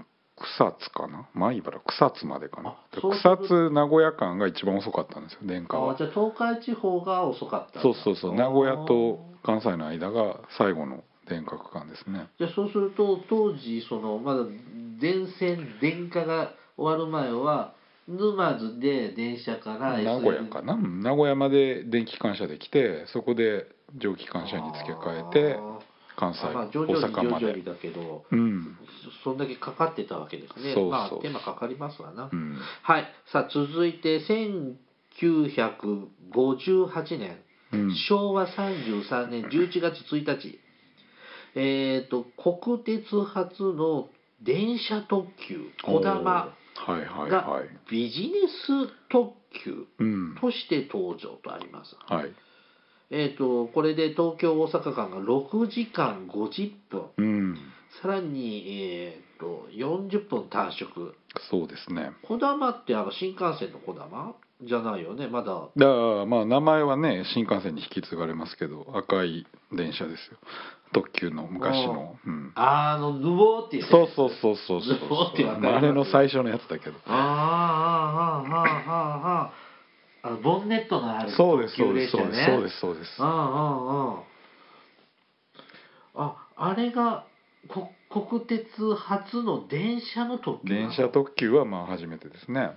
S2: 草津かな前原草津までかな
S1: あそういう
S2: 草
S1: こと
S2: 津名古屋間が一番遅かったんですよ電化
S1: あ
S2: は
S1: じゃあ東海地方が遅かったんだ
S2: そうそうそう
S1: あー
S2: 名古屋と関西の間が最後の電化区間ですね
S1: じゃあそうすると当時そのまだ電線電化が終わる前は沼津で電車から
S2: 名古屋かなうん名古屋まで電気機関車で来てそこで蒸気機関車に付け替えて関西、
S1: あーまあ徐
S2: 大
S1: 々に
S2: 阪ま
S1: 徐々
S2: で
S1: にだけど
S2: うん、
S1: そそんだけかかってたわけですね
S2: そうそう
S1: まあ手間かかりますわな、
S2: うん、
S1: はいさあ続いて1958年
S2: うん
S1: 昭和33年11月1日、えっ、と、国鉄発の電車特急、こだま
S2: おーはいはい
S1: が
S2: はい
S1: ビジネス特急
S2: うん
S1: として登場とあります。
S2: はい
S1: えっ、と、これで東京・大阪間が6時間50分、
S2: うん
S1: さらに、えっ、と、40分短縮。
S2: そうですね
S1: こだまってあの新幹線のこだまじゃないよね、まだ。
S2: だからまあ名前はね新幹線に引き継がれますけど赤い電車ですよ特急の昔の、うん、
S1: あの、ぬぼーって言って
S2: そうそうそうそうそう
S1: ずぼってわかります
S2: あれの最初のやつだけど
S1: ああああああああああのボンネットのある
S2: そうですそ
S1: 特
S2: う
S1: 急
S2: です
S1: 列
S2: そ
S1: 車
S2: うで
S1: ね
S2: すそうですそうです
S1: あああああああれがこ国鉄初の電車の特急なの
S2: 電車特急はまあ初めてですね、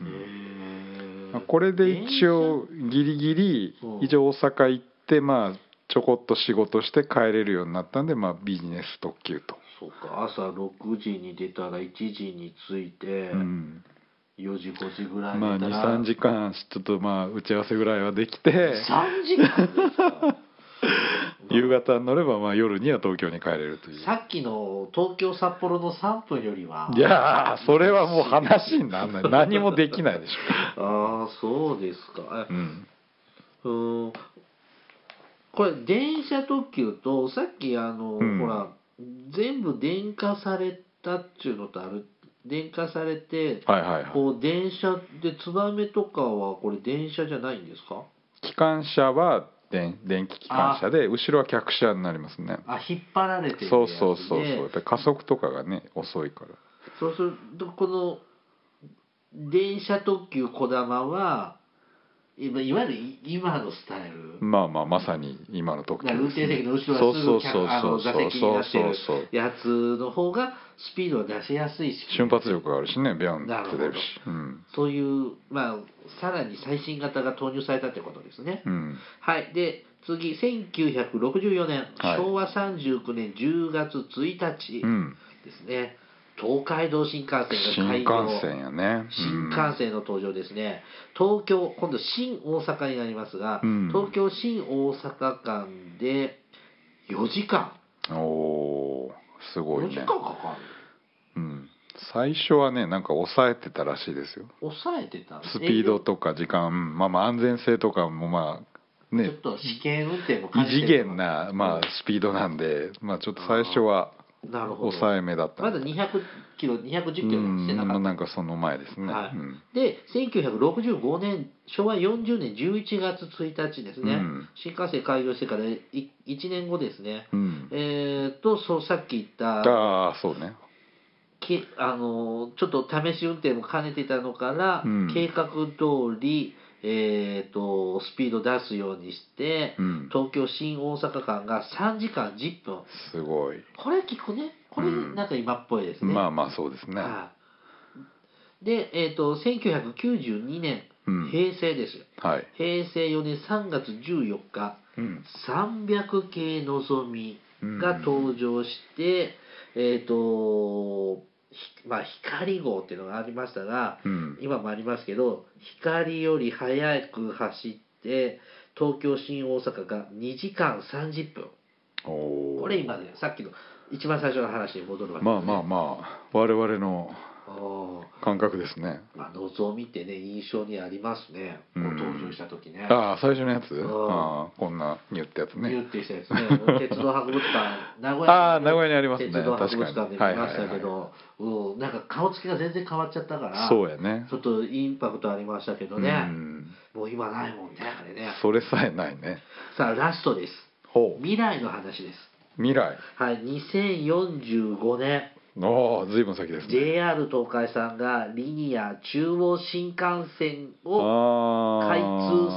S1: へ
S2: うん
S1: え
S2: まあこれで一応ギリギリ
S1: うん
S2: 一応大阪行ってまあちょこっと仕事して帰れるようになったんでまあビジネス特急と、
S1: そうか朝6時に出たら1時に着いて、
S2: うん、
S1: 4時5時ぐらい
S2: まあ
S1: に出たら、
S2: 23時間ちょっとまあ打ち合わせぐらいはできて
S1: 3時間ですか
S2: 夕方に乗ればまあ夜には東京に帰れるという
S1: さっきの東京札幌の3分よりはい
S2: やーそれはもう話にならない何もできないでし
S1: ああそうですか
S2: ょ、うん、
S1: うーんこれ電車特急とさっきあの、
S2: うん
S1: ほら全部電化されたっちゅうのとある電化されて
S2: はいはいはい
S1: こう電車でツバメとかはこれ電車じゃないんですか
S2: 機関車は電電気機関車で後ろは客車になりますね
S1: あ引っ張られてるやつで
S2: そうそうそうそうやっぱり加速とかがね遅いから
S1: そうするとこの電車特急こだまは今いわゆる今のスタイル、
S2: まあまあまさに今の特急
S1: だから運転席の後
S2: そ
S1: ろ
S2: う
S1: はす
S2: そ
S1: ぐ
S2: う
S1: 客
S2: そう
S1: あ
S2: そ
S1: の座席になって
S2: うそう
S1: る
S2: そうそう
S1: やつの方がスピードを出しやすいし
S2: 瞬発力があるしねビャンって出るしうん
S1: そういう、まあ、さらに最新型が投入されたってことですね、
S2: うん
S1: はいで次1964年、
S2: はい
S1: 昭和39年10月1日
S2: うん
S1: ですね、東海道新幹線
S2: 新
S1: が開
S2: 幹
S1: 業
S2: 線やね
S1: 新幹線の登場ですね、東京、今度、新大阪になりますが、
S2: うん
S1: 東京、新大阪間で4時間、
S2: うんおーすごい
S1: 4時
S2: ね
S1: 間かか
S2: うん最初はねなんか抑えてたらしいですよ
S1: る、抑えてた
S2: スピード
S1: え
S2: とか時間うんまあまあ安全性とかもまあ
S1: ちょ
S2: ね
S1: っと試験運転も
S2: 異
S1: 兼ねて
S2: 次
S1: る
S2: 元なまあスピードなんでまあちょっと最初は
S1: なるほど
S2: 抑えめだった
S1: まだ200キロ、210キ
S2: う
S1: ロして
S2: ん
S1: な
S2: ま
S1: か
S2: あ
S1: っ
S2: なんかその前ですね
S1: た、は
S2: う
S1: い
S2: ん、
S1: で1965年、昭和40年11月1日ですね、
S2: うん
S1: 新幹線開業してから1年後ですね、
S2: うん
S1: えーっとそうさっき言った
S2: ああそうね
S1: けあのーちょっと試し運転も兼ねてたのから、
S2: うん
S1: 計画通り、えー、とスピード出すようにして、
S2: うん
S1: 東京新大阪間が3時間10分
S2: すごい
S1: これ聞くねこれ
S2: うん
S1: なんか今っぽいですね、
S2: まあまあそうですね
S1: はいで、えー、と1992年、
S2: うん
S1: 平成ですよ
S2: はい、
S1: 平成4年3月14日
S2: うん、
S1: 300系のぞみが登場して、えっ、とひまあ光号っていうのがありましたが、
S2: うん
S1: 今もありますけど光より速く走って東京新大阪が2時間30分
S2: おー
S1: これ今ねさっきの一番最初の話に戻るわけです、ね、
S2: まあまあまあ我々の
S1: おー
S2: 感覚ですね
S1: まあのぞみってね印象にありますね、
S2: うん
S1: こう登場した時ね
S2: ああ最初のやつ
S1: ん
S2: ああこんなに言ったやつ
S1: ニュ
S2: ね
S1: ーってしたやつ ね鉄道博物館名古屋に
S2: ああ名古屋にありますね
S1: 鉄道博物
S2: 確か
S1: 館
S2: に
S1: で見ましたけど、うん、なんか顔つきが全然変わっちゃったから
S2: そうやね
S1: ちょっとインパクトありましたけどね、
S2: うん
S1: もう今ないもんねあれね
S2: それさえないね
S1: さあラストです
S2: ほう
S1: 未来の話です
S2: 未来
S1: はい2045年
S2: ああ随分先ですね
S1: JR 東海さんがリニア中央新幹線を
S2: ああ
S1: 開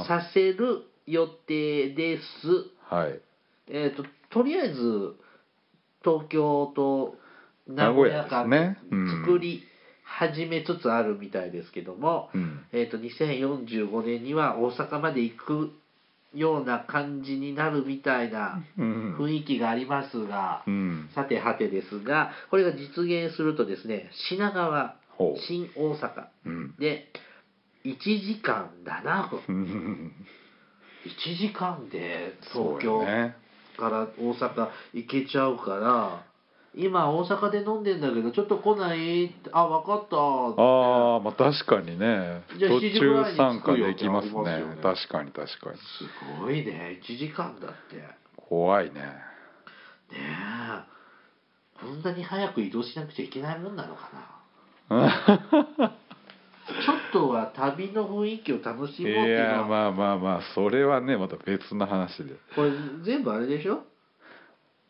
S1: 通させる予定です
S2: はい
S1: えー、ととりあえず東京と名
S2: 名
S1: 古
S2: 古
S1: 屋
S2: 屋
S1: 間
S2: ですねうん
S1: 作り始めつつあるみたいですけども、
S2: うん
S1: えー、と2045年には大阪まで行くような感じになるみたいな
S2: うん
S1: 雰囲気がありますが、
S2: うん
S1: さてはてですがこれが実現するとですね品川
S2: ほう
S1: 新大阪
S2: うん
S1: で1時間7分
S2: うん
S1: 1時間で
S2: そう
S1: 東京
S2: やね
S1: から大阪行けちゃうから今大阪で飲んでんだけどちょっと来ないってあ分かった
S2: ああまあ確かにね
S1: じゃあ
S2: 途
S1: 7時ぐらい
S2: 中
S1: に着
S2: 参加
S1: くよ
S2: できます
S1: ってなりま
S2: ね
S1: すよね
S2: 確かに確かに
S1: すごいね1時間だってね
S2: 怖 いね
S1: えこんなに早く移動しなくちゃいけないもんなのかなちょっとは旅の雰囲気を楽し
S2: い
S1: もうっていう
S2: や
S1: のは
S2: まあまあまあそれはねまた別の話で
S1: これ全部あれでしょ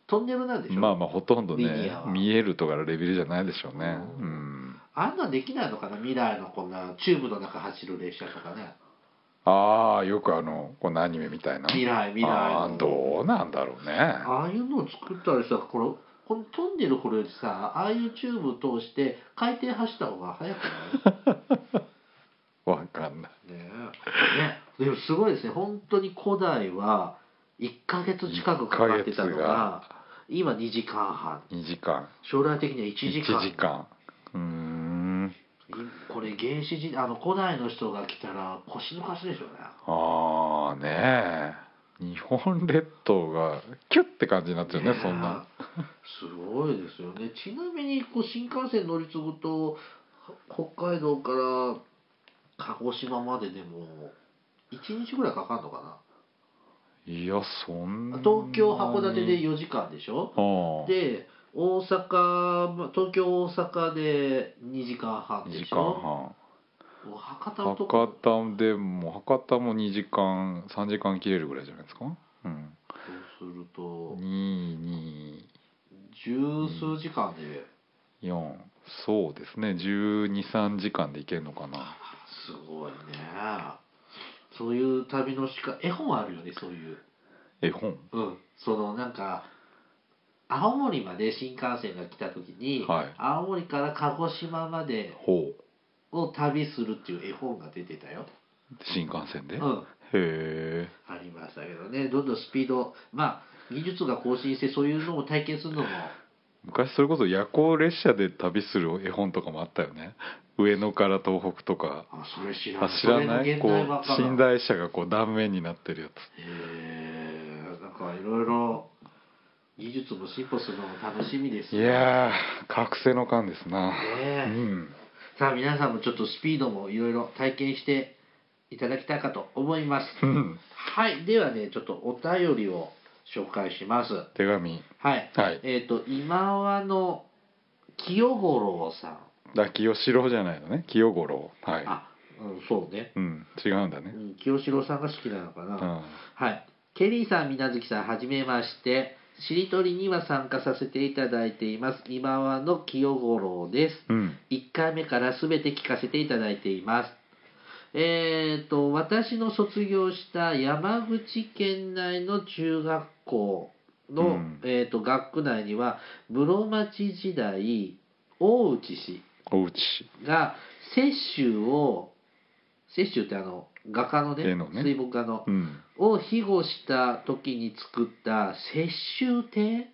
S1: トンネルなんでしょ、
S2: まあまあほとんど
S1: リニ
S2: ね
S1: アは
S2: 見えるとかのレベルじゃないでしょうね
S1: う
S2: うんん
S1: あんなんできないのかな未来のこんなチューブの中走る列車とかね
S2: ああよくあのこのアニメみたいな
S1: 未来未来の
S2: あーどうなんだろうね
S1: ああいうのを作ったりさこれこの飛んでるこれよりさああいうチューブ通して海底走った方が早くない
S2: わかんない
S1: ねえ ねでもすごいですね本当に古代は1ヶ月近くかかってたの
S2: 一ヶ月
S1: が
S2: が
S1: 今2時間半
S2: 2時間
S1: 将来的には1時間
S2: 1時間うーん
S1: いこれ原始人あの古代の人が来たら腰抜かしでしょうね
S2: ああねえ日本列島がキュッて感じになってるね
S1: ねえ
S2: そんな
S1: すごいですよねちなみにこう新幹線乗り継ぐとほ北海道から鹿児島まででも1日ぐらいかかるのか
S2: いやそん
S1: な
S2: な
S1: 東京函館で4時間でしょ
S2: ああ
S1: で大阪ま東京大阪で2時間半
S2: 2
S1: で
S2: 時
S1: し
S2: 間
S1: ょ
S2: 半
S1: もう博多のと
S2: 博
S1: こ
S2: 多でも博多も2時間3時間切れるぐらいじゃないですかうん
S1: そうすると十数時間で
S2: 224そうですね123時間でいけるのか な
S1: すごいねそういう旅のしか絵本あるよねそういう
S2: 絵本
S1: うん、そのなんか青森まで新幹線が来た時に、
S2: はい
S1: 青森から鹿児島まで
S2: ほう
S1: を旅するっていう絵本が出てたよ、
S2: 新幹線で、
S1: う
S2: へ
S1: ん、
S2: え
S1: ありましたけどねどんどんスピードまあ技術が更新してそういうのを体験するのも
S2: 昔それこそ夜行列車で旅する絵本とかもあったよね上野から東北とか
S1: あそれ知らな
S2: あ
S1: い
S2: 知らな
S1: それ
S2: い
S1: の
S2: こ
S1: 現代
S2: う
S1: 版か
S2: 寝
S1: なへ
S2: 台車がこう断面になってるやつ
S1: えなんかいろいろ技術も進歩するのも楽しみです
S2: い
S1: ね
S2: やー覚醒の感ですな、
S1: え
S2: うん
S1: さあ皆さんもちょっとスピードもいろいろ体験していただきたいかと思います。
S2: うん
S1: はい、ではね、ちょっとお便りを紹介します。
S2: 手紙
S1: はい、
S2: はい
S1: えっ、と、今和の清五郎さん。
S2: だ清志郎じゃないのね清五郎はい
S1: あ、うん、そうね。
S2: うん違うんだ
S1: う
S2: ね
S1: ん、清志郎さんが好きなのか
S2: う
S1: な。
S2: ん
S1: はい。ケリーさん、みなずきさん、はじめまして。しりとりには参加させていただいています。今和の清五郎です。
S2: うん
S1: 1回目から全て聞かせていただいています。えー、と私の卒業した山口県内の中学校の、
S2: うん
S1: えー、と学区内には室町時代大内氏
S2: 大内
S1: が雪舟を雪舟ってあの画家のね
S2: 絵のね
S1: 水墨画の
S2: う、ん
S1: を庇護した時に作った雪舟亭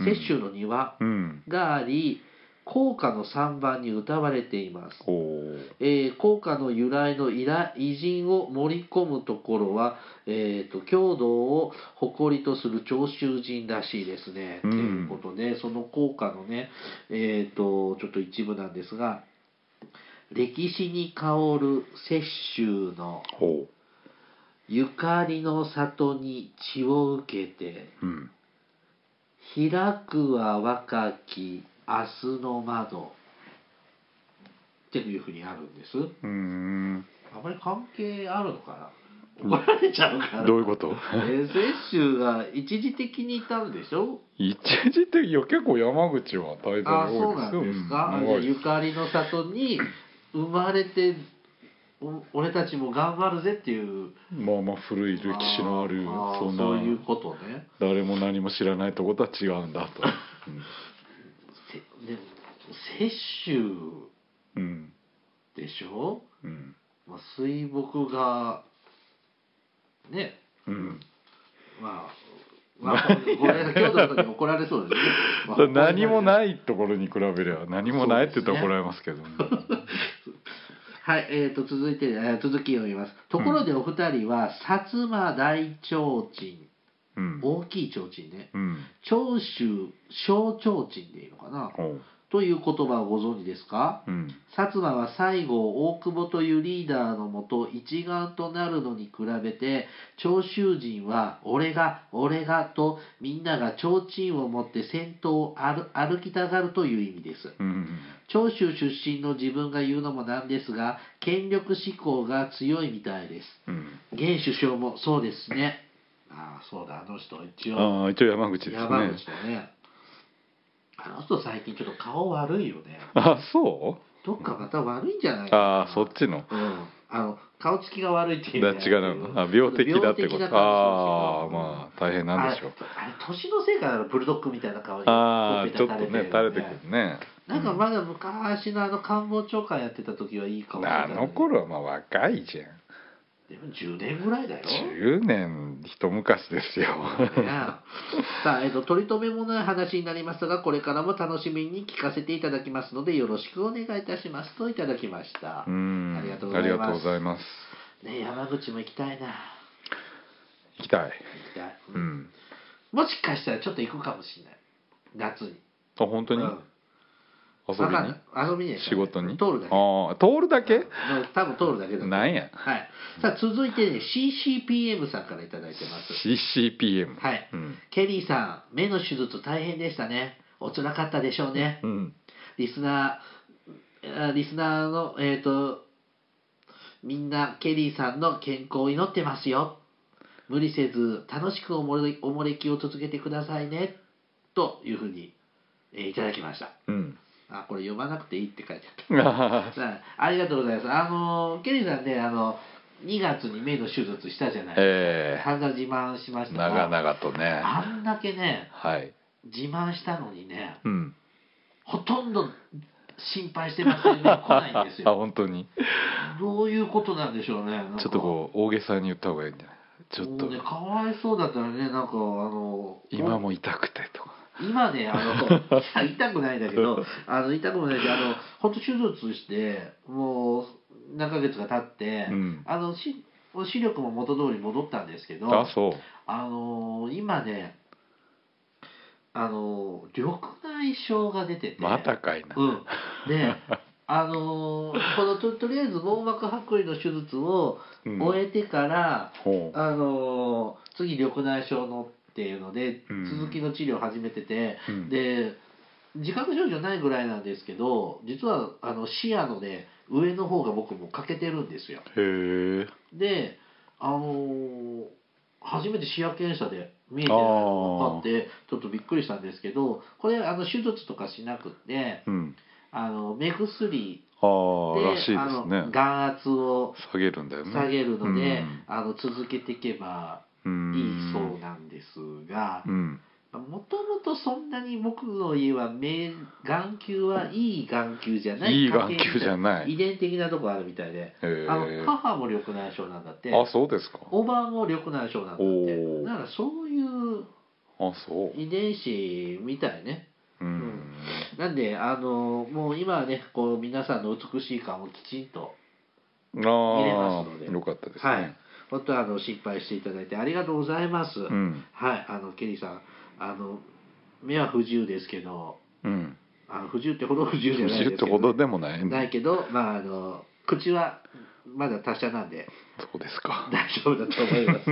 S2: うん
S1: 雪舟の庭
S2: うん
S1: があり校歌の3番に歌われています
S2: おー
S1: えー、効果の由来の偉大偉人を盛り込むところは、えー、と郷土を誇りとする長州人らしいですね。
S2: うん
S1: ということでその効果のね、えー、とちょっと一部なんですが歴史に香る雪舟の
S2: ほ
S1: ゆかりの里に血を受けて
S2: ううん
S1: 開くは若き明日の窓っていうふうにあるんです。
S2: うーん
S1: あまり関係あるのかな怒られちゃうから、
S2: どういうこと
S1: えー雪舟が一時的にいたんでしょ
S2: 一時的よ結構山口は滞在
S1: あ
S2: が
S1: あそうな
S2: 多
S1: ん
S2: い
S1: で
S2: で
S1: すす
S2: よ
S1: か、あ
S2: うん
S1: じゃあ
S2: 長い
S1: ゆかりの里に生まれてお俺たちも頑張るぜっていう
S2: まあまあ古い歴史のある
S1: ー
S2: そん
S1: そういう
S2: な
S1: ことね
S2: 誰も何も知らないとことは違うんだと、
S1: せで雪舟
S2: うんうん
S1: でしょ、
S2: うん
S1: まあ、水墨画ね
S2: うん
S1: まあまあ、ごめんなさい、京都の人に怒られそう ですね。まあ
S2: だから何もないところに比べれば何もないって言ったら怒られますけど、
S1: はい、えー、と続いて、えー続きを読みますところでお二人は、薩摩大提灯
S2: うん
S1: 大きい提灯ね
S2: うん
S1: 長州小提灯でいいのかな
S2: ほう
S1: という言葉をご存知ですか
S2: うん
S1: 薩摩は西郷大久保というリーダーのもと一丸となるのに比べて長州人は「俺が俺が」とみんなが提灯を持って先頭を歩歩きたがるという意味です。
S2: うん
S1: 長州出身の自分が言うのもなんですが権力志向が強いみたいです
S2: うん
S1: 現首相もそうですねああそうだあの人一応
S2: ああ一応山口ですね
S1: 山口だねあの人最近ちょっと顔悪いよね
S2: あそ
S1: どっかまた悪いんじゃないうかな
S2: ああそっちの
S1: うんあの顔つきが悪いっていう
S2: だ違うのあ病的だってことああ
S1: あ
S2: まあ大変なんでしょう
S1: あれあれ年のせいかなブルドッグみたいな顔にほ
S2: あ
S1: っ
S2: あ
S1: ぺ
S2: ちょったと
S1: 垂れてる
S2: ね垂れてくるね
S1: なんかまだ昔のあの官房長官やってた時はいいかもしれない
S2: あの頃はまあ若いじゃん
S1: でも10年ぐらいだよ。
S2: 10年一昔ですよ
S1: ねさあ、えっと、取り留めもない話になりますが、これからも楽しみに聞かせていただきますので、よろしくお願いいたしますといただきました
S2: う。ん
S1: ありがとうご
S2: あ
S1: ざ
S2: り
S1: い
S2: が
S1: ま
S2: とうご
S1: す。
S2: ざいます
S1: ね、山口も行きたいな。
S2: 行きたい
S1: 行きたい。
S2: うん
S1: もしかしたらちょっと行くかもしれない。夏に。
S2: あ本当に
S1: うん
S2: 遊
S1: わ
S2: び
S1: か
S2: に
S1: んない遊びにです
S2: 仕
S1: よね
S2: 事に
S1: 通るだけ。
S2: ああ通るだけ
S1: うん多分通るだけだと思う
S2: なんや
S1: はい。さあ、続いてね、CCPM さんからいただいてます。
S2: CCPM
S1: はい
S2: うん
S1: ケリーさん、目の手術大変でしたね。おつらかったでしょうね。
S2: うん
S1: リスナー、あリスナーの、えっ、と、みんなケリーさんの健康を祈ってますよ。無理せず、楽しくおもれおもれきを続けてくださいね。というふうに、えーいただきました。
S2: うん
S1: あ、これ読まなくていいって書いてあっ
S2: あはは
S1: た。さあありがとうございます。あのーケリーさんね、あの、2月に目の手術したじゃない。
S2: え
S1: 半沢自慢しまし
S2: え
S1: たが
S2: 長々とね
S1: あんだけね、
S2: はい
S1: 自慢したのにね、
S2: うん
S1: ほとんど心配してませんね、来ないんです
S2: あ
S1: よ。
S2: 本当に
S1: どういうことなんでしょうね。なんか
S2: ちょっとこう大げさに言った方がいいんじゃないちょっ
S1: も
S2: と
S1: うね、かわいそうだったらね、なんか、あの、
S2: 今も痛くてとか
S1: 今ね、あの、いや 痛くないんだけど、あの、痛くもないし、あの、ほんと手術して、もう、何ヶ月か経って、
S2: うん
S1: あの、し視力も元通り戻ったんですけど、
S2: あそ
S1: あのー今ね、あのー緑内障が出てて、
S2: うまたかいな
S1: うん、で、あのーこのととりあえず網膜剥離の手術を
S2: うん
S1: 終えてから、
S2: ほう
S1: あのー次緑内障のっていうので、
S2: うん
S1: 続きの治療を始めてて、
S2: うん
S1: で自覚症状ないぐらいなんですけど実はあの視野のね上の方が僕も欠けてるんですよ。
S2: へえ
S1: で、あのー初めて視野検査で見えてないのが分かってちょっとびっくりしたんですけどこれあの手術とかしなくて
S2: うん
S1: あの目薬
S2: あ
S1: で
S2: あらしい
S1: あ
S2: です
S1: の
S2: ね
S1: 眼圧を
S2: 下げるんだよね
S1: 下げるので、
S2: うん
S1: あの続けていけば
S2: う
S1: い
S2: ん
S1: いそうなんですが、
S2: うん
S1: もともとそんなに僕の家は名眼球はいい眼球じゃない
S2: いい眼球じゃない
S1: 遺伝的なとこあるみたいで、
S2: へえ
S1: あの母も緑内障なんだって
S2: あそうですか
S1: おばも緑内障なんだって
S2: おー
S1: だからそういう
S2: あそう
S1: 遺伝子みたいね
S2: うん
S1: なんであのもう今はねこう皆さんの美しい顔をきちんと見れ
S2: あ
S1: ますので
S2: あよかったですね、
S1: はい本当あの心配していただいてありがとうございます、
S2: うん
S1: はいあのケリーさんあの目は不自由ですけど
S2: うん
S1: あの不自由ってほど不自由じゃ
S2: 不
S1: な
S2: 自
S1: い
S2: 由
S1: で
S2: っ
S1: す
S2: て
S1: けど
S2: ほどでもない
S1: ないけど、まあ、あの口はまだ達者なんで
S2: そうですか
S1: 大丈夫だと思い ます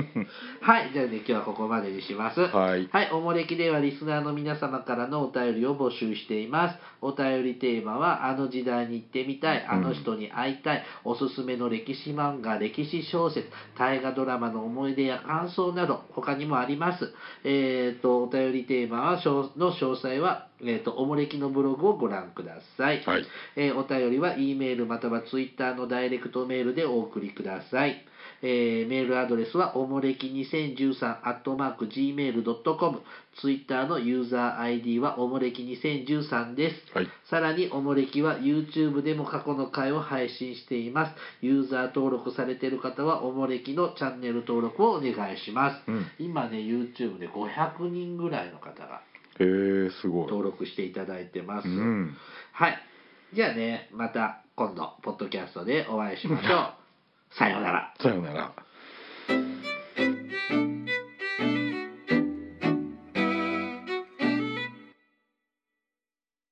S1: はいじゃあね今日はここまでにします
S2: はい
S1: はい、おもれきではリスナーの皆様からのお便りを募集しています。お便りテーマは、あの時代に行ってみたい、あの人に会いたい、おすすめの歴史漫画、歴史小説、大河ドラマの思い出や感想など、他にもあります。えっ、と、お便りテーマは、しょうの詳細は、えっ、と、おもれきのブログをご覧ください。
S2: はい
S1: えーお便りは E メールまたは Twitter のダイレクトメールでお送りください。えーメールアドレスはおもれき2013 gmail.com Twitter のユーザー ID はおもれき2013です。
S2: はい
S1: さらに、おもれきは YouTube でも過去の回を配信しています。ユーザー登録されている方は、おもれきのチャンネル登録をお願いします。
S2: うん
S1: 今ね、YouTube で500人ぐらいの方が
S2: へえすごい
S1: 登録していただいてます。
S2: うん
S1: はい。じゃあね、また今度、ポッドキャストでお会いしましょう。さようなら。
S2: さよなら